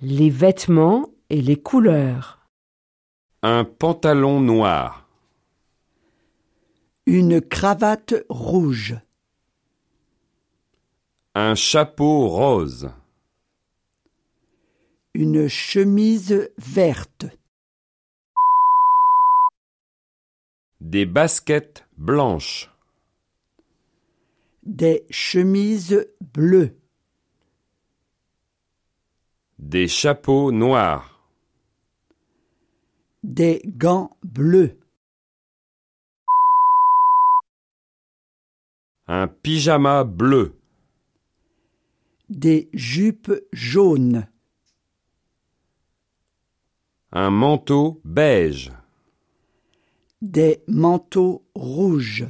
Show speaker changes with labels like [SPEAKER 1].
[SPEAKER 1] les vêtements et les couleurs,
[SPEAKER 2] Un pantalon noir.
[SPEAKER 3] Une cravate rouge.
[SPEAKER 2] Un chapeau rose.
[SPEAKER 3] Une chemise verte.
[SPEAKER 2] Des baskets blanches.
[SPEAKER 3] Des chemises bleues.
[SPEAKER 2] Des chapeaux noirs.
[SPEAKER 3] Des gants bleus.
[SPEAKER 2] Un pyjama bleu.
[SPEAKER 3] Des jupes jaunes.
[SPEAKER 2] Un manteau beige.
[SPEAKER 3] Des manteaux rouges.